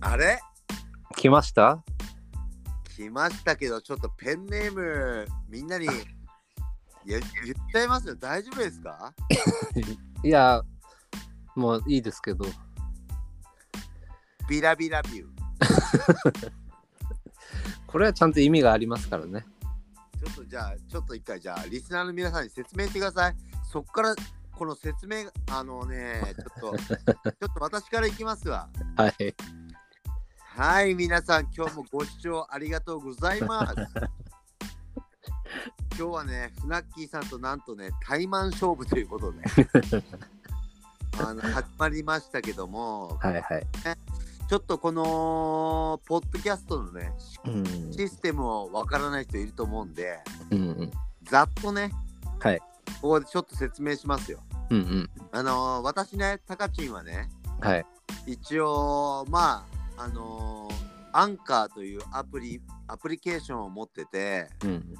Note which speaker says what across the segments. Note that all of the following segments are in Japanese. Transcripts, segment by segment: Speaker 1: あれ
Speaker 2: 来ました
Speaker 1: 来ましたけど、ちょっとペンネーム、みんなに言言っちゃいますよ。大丈夫ですか
Speaker 2: いや、もういいですけど。
Speaker 1: ビラビラビュー。
Speaker 2: これはちゃんと意味がありますからね。
Speaker 1: ちょっとじゃあ、ちょっと一回、じゃあ、リスナーの皆さんに説明してください。そこから、この説明、あのね、ちょっと、ちょっと私からいきますわ。
Speaker 2: はい。
Speaker 1: はい、皆さん、今日もご視聴ありがとうござい ます。今日はね、フナッキーさんとなんとね、対マン勝負という ことで、あの始まりましたけども、
Speaker 2: はいはい。
Speaker 1: ちょっとこのポッドキャストのね、
Speaker 2: うん。
Speaker 1: システムをわからない人いると思うんで、
Speaker 2: うんうん。
Speaker 1: ざっとね、
Speaker 2: はい
Speaker 1: ここでちょっと説明しますよ。
Speaker 2: うんうん。
Speaker 1: あのー私ね、タカチンはね、
Speaker 2: はい。
Speaker 1: 一応、まあ、あのーアンカーというアプリ、アプリケーションを持ってて、
Speaker 2: うん。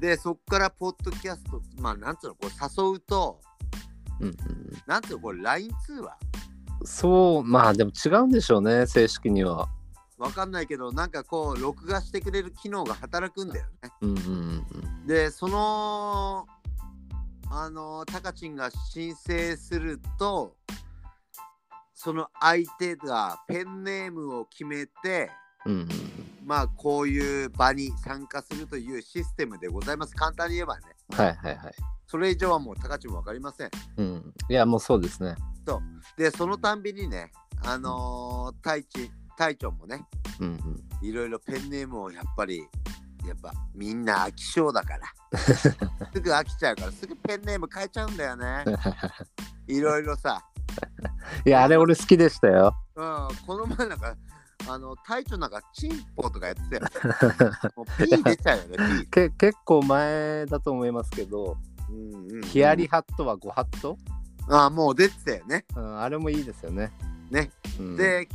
Speaker 1: で、そこからポッドキャスト、まあ、なんつうの、こう誘うと、
Speaker 2: うんうん、
Speaker 1: なんつうの、これ LINE 通話
Speaker 2: そう、まあでも違うんでしょうね、正式には。
Speaker 1: わかんないけど、なんかこう、録画してくれる機能が働くんだよね。
Speaker 2: うんうんうん
Speaker 1: で、その、あのー、タカチンが申請すると、その相手がペンネームを決めて、
Speaker 2: うん。うん
Speaker 1: まあこういう場に参加するというシステムでございます。簡単に言えばね。
Speaker 2: うん。はいはいはい。
Speaker 1: それ以上はもう高知も分かりません。
Speaker 2: うん。いや、もうそうですね。
Speaker 1: で、そのたんびにね、あのー、隊長隊長もね、
Speaker 2: うんうん。
Speaker 1: いろいろペンネームをやっぱり、やっぱみんな飽き性だから。 すぐ飽きちゃうから、すぐペンネーム変えちゃうんだよね。いろいろさ。
Speaker 2: いや、あれ俺好きでしたよ。
Speaker 1: うん、この前なんか、あの、隊長なんかチンポとかやってたよ、 ね。もうピー出ちゃうよね、
Speaker 2: け結構前だと思いますけど、
Speaker 1: ピー。うんうんうん
Speaker 2: ヒヤリ。ハットはごハット、
Speaker 1: ああ、もう出てたよね。
Speaker 2: うん、あれもいいですよね。
Speaker 1: ね。
Speaker 2: うん、
Speaker 1: で、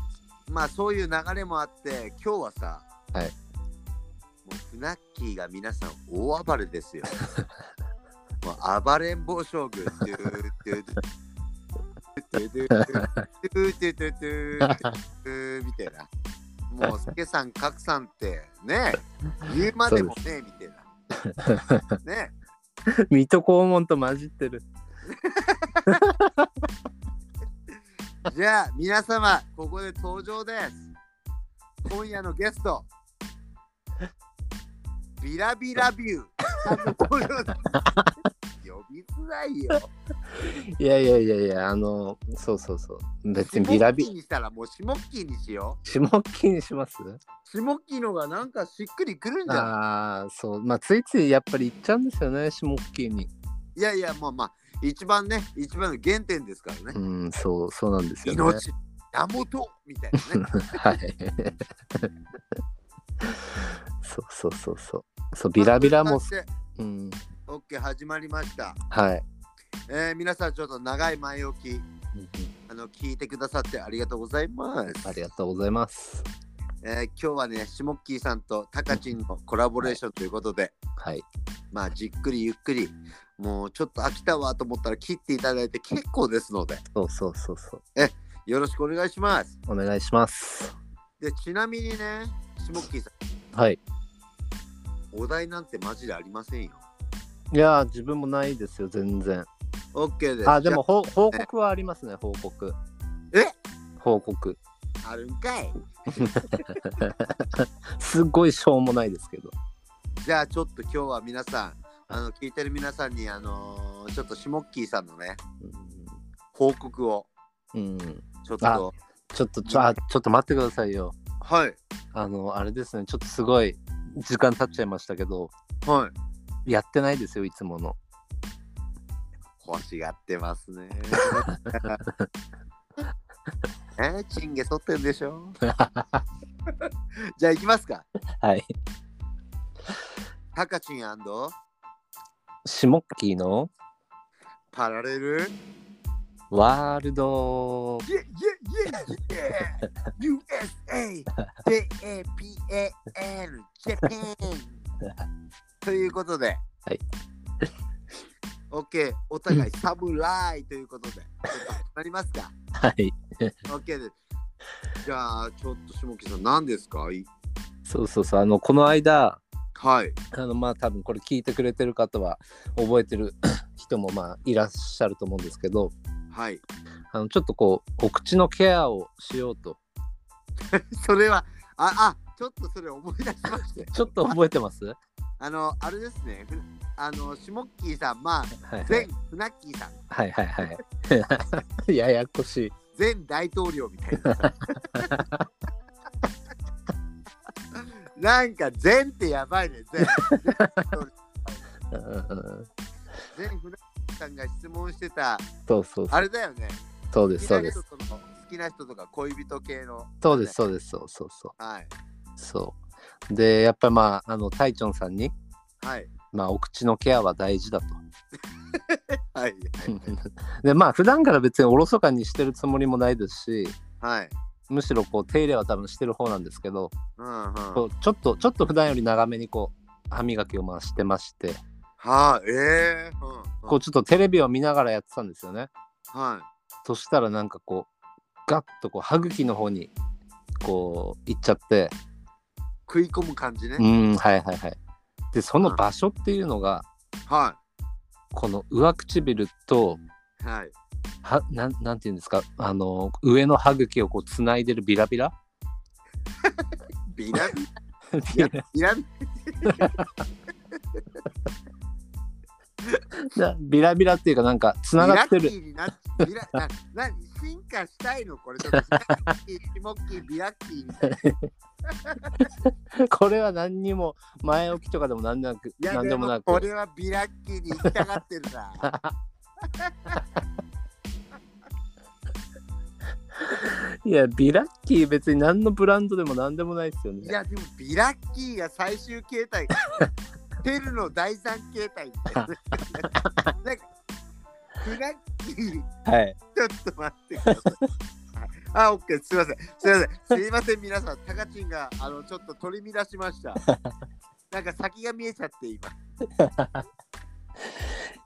Speaker 1: まあそういう流れもあって今日はさ、
Speaker 2: はい
Speaker 1: もうフナッキーが皆さん大暴れですよもう暴れん坊将軍トゥートゥートゥートゥートゥートゥートゥートゥートゥートゥートゥーみたいなもうスケさんカクさんってね言うまでもねみたいなね
Speaker 2: 水戸黄門と混じってる。
Speaker 1: じゃあ皆様ここで登場です今夜のゲストビラビラ ビューさんの登場です呼びづらいよ
Speaker 2: いやいやいやいや、あの、そうそうそう。別にビラビ
Speaker 1: シモッキーにしたらもうシモッキーにしよ
Speaker 2: 下っきにします
Speaker 1: うシモッキーのがなんかしっくりくるんじゃな
Speaker 2: ああ、そう。まあ、ついついやっぱり行っちゃうんですよね、下っきに。
Speaker 1: いいやいやまあまあ一番ね一番の原点ですから
Speaker 2: う
Speaker 1: ね
Speaker 2: ん、そう、そうなんですよね。
Speaker 1: 命源みたいなね
Speaker 2: はい。そうそうそうそう。そう、 ビラビラも、うん、
Speaker 1: オッケー始まりました、
Speaker 2: はい。
Speaker 1: えー、皆さんちょっと長い前置きあの聞いてくださってありがとうございます
Speaker 2: ありがとうございます。
Speaker 1: えー今日はね、シモッキーさんとタカチンのコラボレーションということで、
Speaker 2: はい。
Speaker 1: まあ、じっくりゆっくり、もうちょっと飽きたわと思ったら切っていただいて結構ですので、
Speaker 2: そうそうそうそう。
Speaker 1: よろしくお願いします。
Speaker 2: お願いします。
Speaker 1: で、ちなみにね、シモッキーさ
Speaker 2: はい。
Speaker 1: ん、お題なんてマジでありませんよ。
Speaker 2: いやー、自分もないですよ、全然。
Speaker 1: OK です。
Speaker 2: あ、でも、ほ報告はありますね、報告。
Speaker 1: え
Speaker 2: 報告。
Speaker 1: じゃあ。あるんかい。
Speaker 2: すっごいしょうもないですけど。
Speaker 1: じゃあ、ちょっと今日は皆さん、あの聞いてる皆さんに、あのーちょっとシモッキーさんのね、報告を、
Speaker 2: うん。うん
Speaker 1: ちょっと、
Speaker 2: ちょっと、ちょ、あ、ちょっと待ってくださいよ。
Speaker 1: はい、
Speaker 2: あの、あれですね、ちょっとすごい、時間経っちゃいましたけど、
Speaker 1: はい。
Speaker 2: やってないですよ、いつもの。
Speaker 1: 欲しがってます ね。えー、チンゲ取ってるでしょ じゃあ行きますか。
Speaker 2: はい。
Speaker 1: タカチン
Speaker 2: シモッキーの
Speaker 1: パラレル
Speaker 2: ワールド。
Speaker 1: イェイイェイイェイイェイ !USA! JAPAN! ジャパンということで。
Speaker 2: はい。
Speaker 1: OK、お互いサムライということで。なりますか
Speaker 2: はい。
Speaker 1: ?OK です。じゃあ、ちょっと下木さん、何ですかい
Speaker 2: そうそうそうあのこの間
Speaker 1: はい。
Speaker 2: あのまあ多分これ聞いてくれてる方は覚えてる 人もまあいらっしゃると思うんですけど
Speaker 1: はい。
Speaker 2: あのちょっとこうお口のケアをしようと
Speaker 1: それは、あ、あ、ちょっとそれ思い出しま した。
Speaker 2: ちょっと覚えてますは
Speaker 1: あの、あれですね。ふあの、下木さん、 まあ、
Speaker 2: いは
Speaker 1: 前
Speaker 2: い、
Speaker 1: フナッキーさん、
Speaker 2: はいはいはい。 ややこしい。
Speaker 1: 前大統領みたい な。なんか、前ってやばいね。前。
Speaker 2: うんうんうん
Speaker 1: 前フナッキーさんが質問してた、
Speaker 2: そうそう
Speaker 1: あれだよね。
Speaker 2: そうで
Speaker 1: 好き
Speaker 2: すそ
Speaker 1: な
Speaker 2: うです
Speaker 1: 人との好きな人とか恋人系の。
Speaker 2: そうですそうですそうそうそ
Speaker 1: はい。
Speaker 2: うそう。でやっぱまああのタイチョンさんに
Speaker 1: はい。
Speaker 2: まあお口のケアは大事だと。
Speaker 1: はい。
Speaker 2: でまあ普段から別におろそかにしてるつもりもないですし
Speaker 1: はい。
Speaker 2: むしろこう手入れは多分してる方なんですけど、
Speaker 1: うんうん。
Speaker 2: こうちょっとちょっと普段より長めにこう歯磨きをまあしてまして
Speaker 1: はい。ええー。うん、うん。
Speaker 2: こうちょっとテレビを見ながらやってたんですよね。
Speaker 1: はい。
Speaker 2: そしたらなんかこうガッとこう歯茎の方にこう行っちゃって
Speaker 1: 食い込む感じね。
Speaker 2: うんはいはいはいでその場所っていうのが
Speaker 1: は
Speaker 2: この上唇と
Speaker 1: い。はい。
Speaker 2: はなんなんていうんですかあの上の歯茎をこうつないでるビラビラ
Speaker 1: ビ ラビラ。ビラビ
Speaker 2: なビラビラっていうかなんかつながって
Speaker 1: ビラッ
Speaker 2: る
Speaker 1: キーになっビラなな進化したいのこれちょっとビラッキー、シモッキー、ビラッキーみたいな。
Speaker 2: これは何にも前置きとかでも何でもなく
Speaker 1: いや
Speaker 2: 何
Speaker 1: で
Speaker 2: でも
Speaker 1: も
Speaker 2: な
Speaker 1: 俺
Speaker 2: く
Speaker 1: はビラッキーに行きたがってる な。
Speaker 2: いやビラッキー別に何のブランドでも何でもないですよ
Speaker 1: い
Speaker 2: ね
Speaker 1: やでもビラッキーが最終形態。ペルの第三形態みた いな。なんか、フラッキー。
Speaker 2: はい
Speaker 1: ちょっと待ってください。あ、オッケー、すいません。すいません。すいません、皆さん。タカチンが、あの、ちょっと取り乱しま した。なんか先が見えちゃって、今。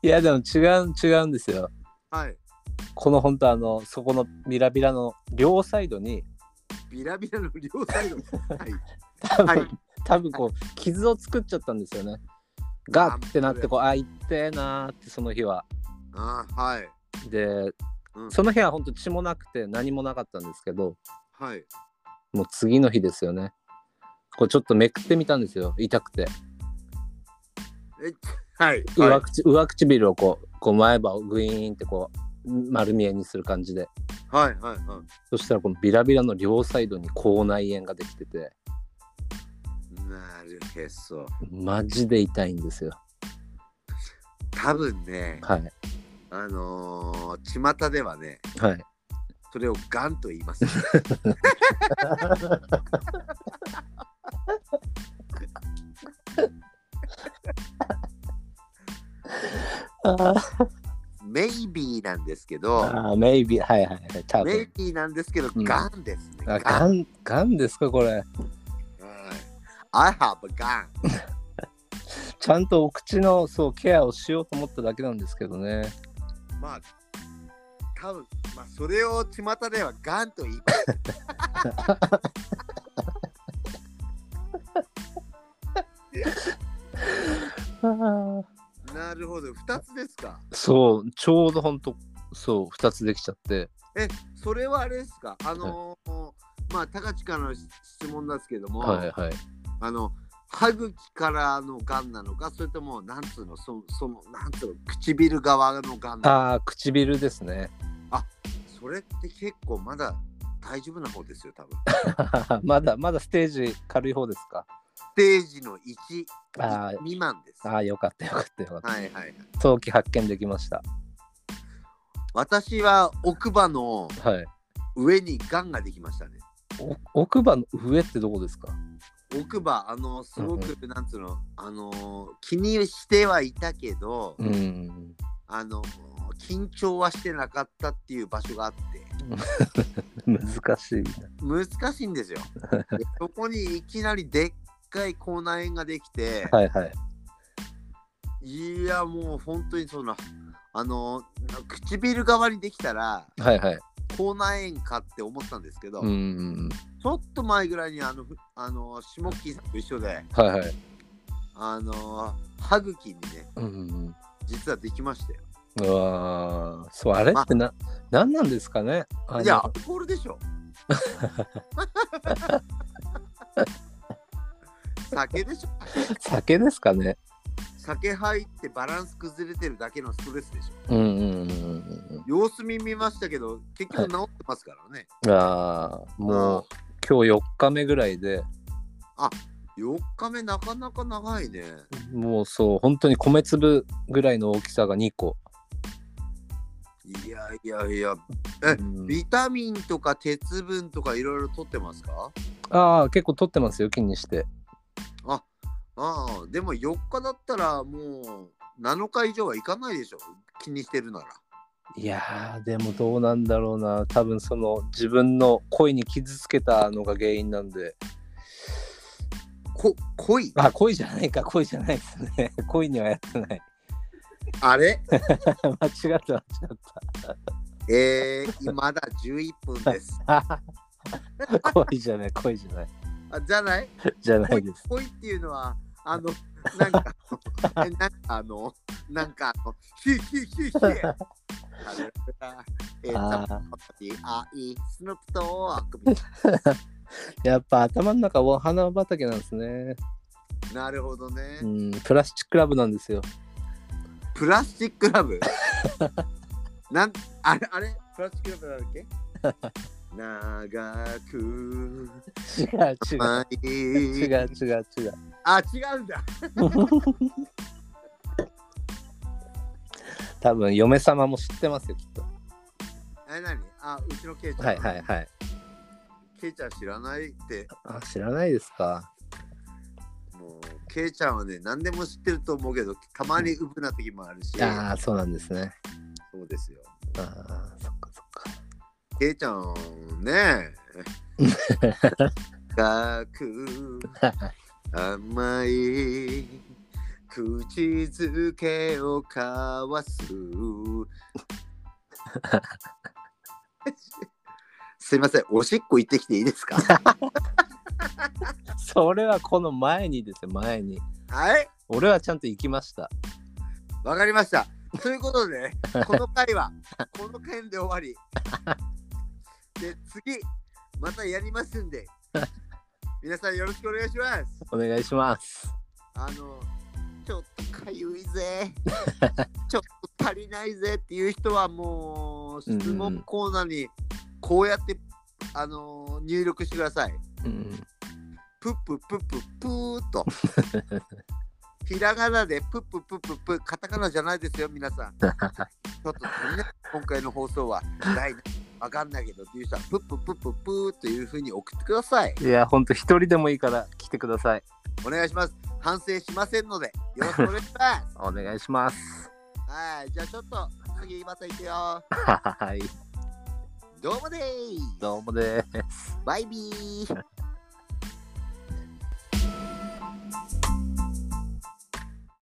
Speaker 2: いやでも違う違うんですよ
Speaker 1: はい。
Speaker 2: この本当あのそこのビラビラの両サイドに
Speaker 1: ビラビラの両サイド。はい。
Speaker 2: 多分,、
Speaker 1: はい
Speaker 2: 多分こう傷を作っちゃったんですよね。ガッてなってこうあいってえなーってその日は。
Speaker 1: あーはい。
Speaker 2: で
Speaker 1: うん
Speaker 2: その日は本当血もなくて何もなかったんですけど
Speaker 1: はい。
Speaker 2: もう次の日ですよね。こうちょっとめくってみたんですよ痛くて
Speaker 1: え、はい。
Speaker 2: 上口、上唇をこうこう前歯をグイーンってこう丸見えにする感じで
Speaker 1: はい、はい、は
Speaker 2: そしたらこのビラビラの両サイドに口内炎ができてて
Speaker 1: い。なるへそ。
Speaker 2: マジで痛いんですよ。
Speaker 1: 多分ね、
Speaker 2: はい
Speaker 1: あのー、巷ではね、
Speaker 2: はい
Speaker 1: それをガンと言います。
Speaker 2: あ
Speaker 1: メイビーなんですけど、
Speaker 2: あ、メイビー、はいはいはい、多
Speaker 1: メイ
Speaker 2: 分。
Speaker 1: ビーなんですけど、
Speaker 2: うん
Speaker 1: ガンですね。ガ
Speaker 2: あ、
Speaker 1: ン
Speaker 2: ガン、ガンですか、これ。
Speaker 1: はい I have a gun.
Speaker 2: ちゃんとお口の、そう、ケアをしようと思っただけなんですけどね。
Speaker 1: まあ、多分まあ、それを巷ではガンと言います。なるほど、2つですか。
Speaker 2: そう、ちょうどほんと、そう、二つできちゃって。
Speaker 1: え、それはあれですか。あのーまあ、高知からの質問なんですけども、
Speaker 2: はいはい。
Speaker 1: あの、歯茎からのがんなのか、それとも、なんつうの、そその、なんつうの、唇側のがんなのか、
Speaker 2: ああ、唇ですね。
Speaker 1: それって結構まだ大丈夫な方ですよ、多分
Speaker 2: まだ、まだステージ軽い方ですか。
Speaker 1: ステージの1
Speaker 2: あー
Speaker 1: 未満です。
Speaker 2: ああ、よかったよかったよかっ
Speaker 1: はいはいはい。
Speaker 2: た。早期発見できました。
Speaker 1: 私は奥歯の
Speaker 2: はい。
Speaker 1: 上にがんができましたね。
Speaker 2: お奥歯の上ってどこですか
Speaker 1: 奥歯、あの、すご
Speaker 2: う
Speaker 1: く、なんつうの、あの、気にしてはいたけど、
Speaker 2: うん。
Speaker 1: あの、緊張はしてなかったっていう場所があって、
Speaker 2: 難しい。
Speaker 1: 難しいん ですよ。でそこにいきなりでっかい口内炎ができて、
Speaker 2: はいはい。
Speaker 1: い、や、もう本当にその、あの、唇側にできたら、
Speaker 2: はいはい。
Speaker 1: 口内炎かって思ったんですけど、
Speaker 2: うん。
Speaker 1: ちょっと前ぐらいにあのふあの下木さんと一緒で
Speaker 2: はいはい。
Speaker 1: あの歯茎にね
Speaker 2: うん。
Speaker 1: 実はできましたよ。
Speaker 2: うわーそう、あれってな、なんなんですかねあの
Speaker 1: いやアルコールで しょ。酒でしょ
Speaker 2: 酒ですかね
Speaker 1: 酒入ってバランス崩れてるだけのストレスでしょ
Speaker 2: うんうんうん
Speaker 1: 様子見見ましたけど結局治ってますからね、
Speaker 2: うん。ああ、もう今日4日目ぐらいで、
Speaker 1: 4日目なかなか長いね
Speaker 2: もうそう、本当に米粒ぐらいの大きさが2個。
Speaker 1: いやいやいやえ
Speaker 2: うん
Speaker 1: ビタミンとか鉄分とかいろいろ取ってますか
Speaker 2: ああ、結構取ってますよ、気にして。
Speaker 1: ああでも4日だったらもう7日以上はいかないでしょ気にしてるなら
Speaker 2: いやー、でもどうなんだろうな。多分その自分の恋に傷つけたのが原因なんで。
Speaker 1: こ濃い
Speaker 2: あ、恋じゃないか、恋じゃないですね。恋にはやってない。
Speaker 1: あれ
Speaker 2: 間違った、間違っ
Speaker 1: えー、今 だ11分です
Speaker 2: た。 恋じゃない、恋じゃない。
Speaker 1: あじゃない
Speaker 2: じゃない
Speaker 1: 恋
Speaker 2: です。
Speaker 1: 恋っていうのはあのなんかえなんかあのなんかあのヒーヒーヒーヒーあれだえー、
Speaker 2: あー
Speaker 1: あいいスヌープとあくび
Speaker 2: やっぱ頭の中お花畑なんですね。
Speaker 1: なるほどね、
Speaker 2: うん、プラスチックラブなんですよ。
Speaker 1: プラスチックラ ブなんあれあれプラスチックラブだ っけ長く
Speaker 2: 違う違う。
Speaker 1: 甘い
Speaker 2: 違う違う違う。
Speaker 1: あ違うんだ
Speaker 2: 多分嫁様も知ってますよ、きっと。
Speaker 1: あれ何あうちのケイちゃん
Speaker 2: はいはいはい。
Speaker 1: ケイちゃん知らないって
Speaker 2: あ、知らないですか。
Speaker 1: もうケイちゃんはね何でも知ってると思うけどたまにうぶな時もあるし
Speaker 2: ああ、そうなんですね。
Speaker 1: そうですよ
Speaker 2: ああ、そっかそっか。
Speaker 1: ケイちゃん ね長く甘い口づけを交わ す すいませんおしっこ行ってきていいですか
Speaker 2: それはこの前にですよ、前に。
Speaker 1: はい
Speaker 2: 俺はちゃんと行きました。
Speaker 1: わかりましたということでねこの回はこの件で終わりで次またやりますんで皆さんよろしくお願いします
Speaker 2: お願いします。
Speaker 1: あの、ちょっとかゆいぜ、ちょっと足りないぜっていう人はもう、質
Speaker 2: うんう
Speaker 1: 問
Speaker 2: ん
Speaker 1: コーナーにこうやって、あの入力してください。
Speaker 2: うん、
Speaker 1: プッププッププーっと。ひらがなでプッププッププ、カタカナじゃないですよ、皆さん。ちょっと足りない今回の放送は、ないなわかんないけどっていう人は、プッププッププーというふうに送ってください。
Speaker 2: いや、ほんと一人でもいいから来てください。
Speaker 1: お願いします。反省しませんので、よろしくお願いします。
Speaker 2: お願いします。
Speaker 1: はい、じゃあちょっと次また行くよ。
Speaker 2: はい。
Speaker 1: どうもでーす。
Speaker 2: どうもです。
Speaker 1: バイビー。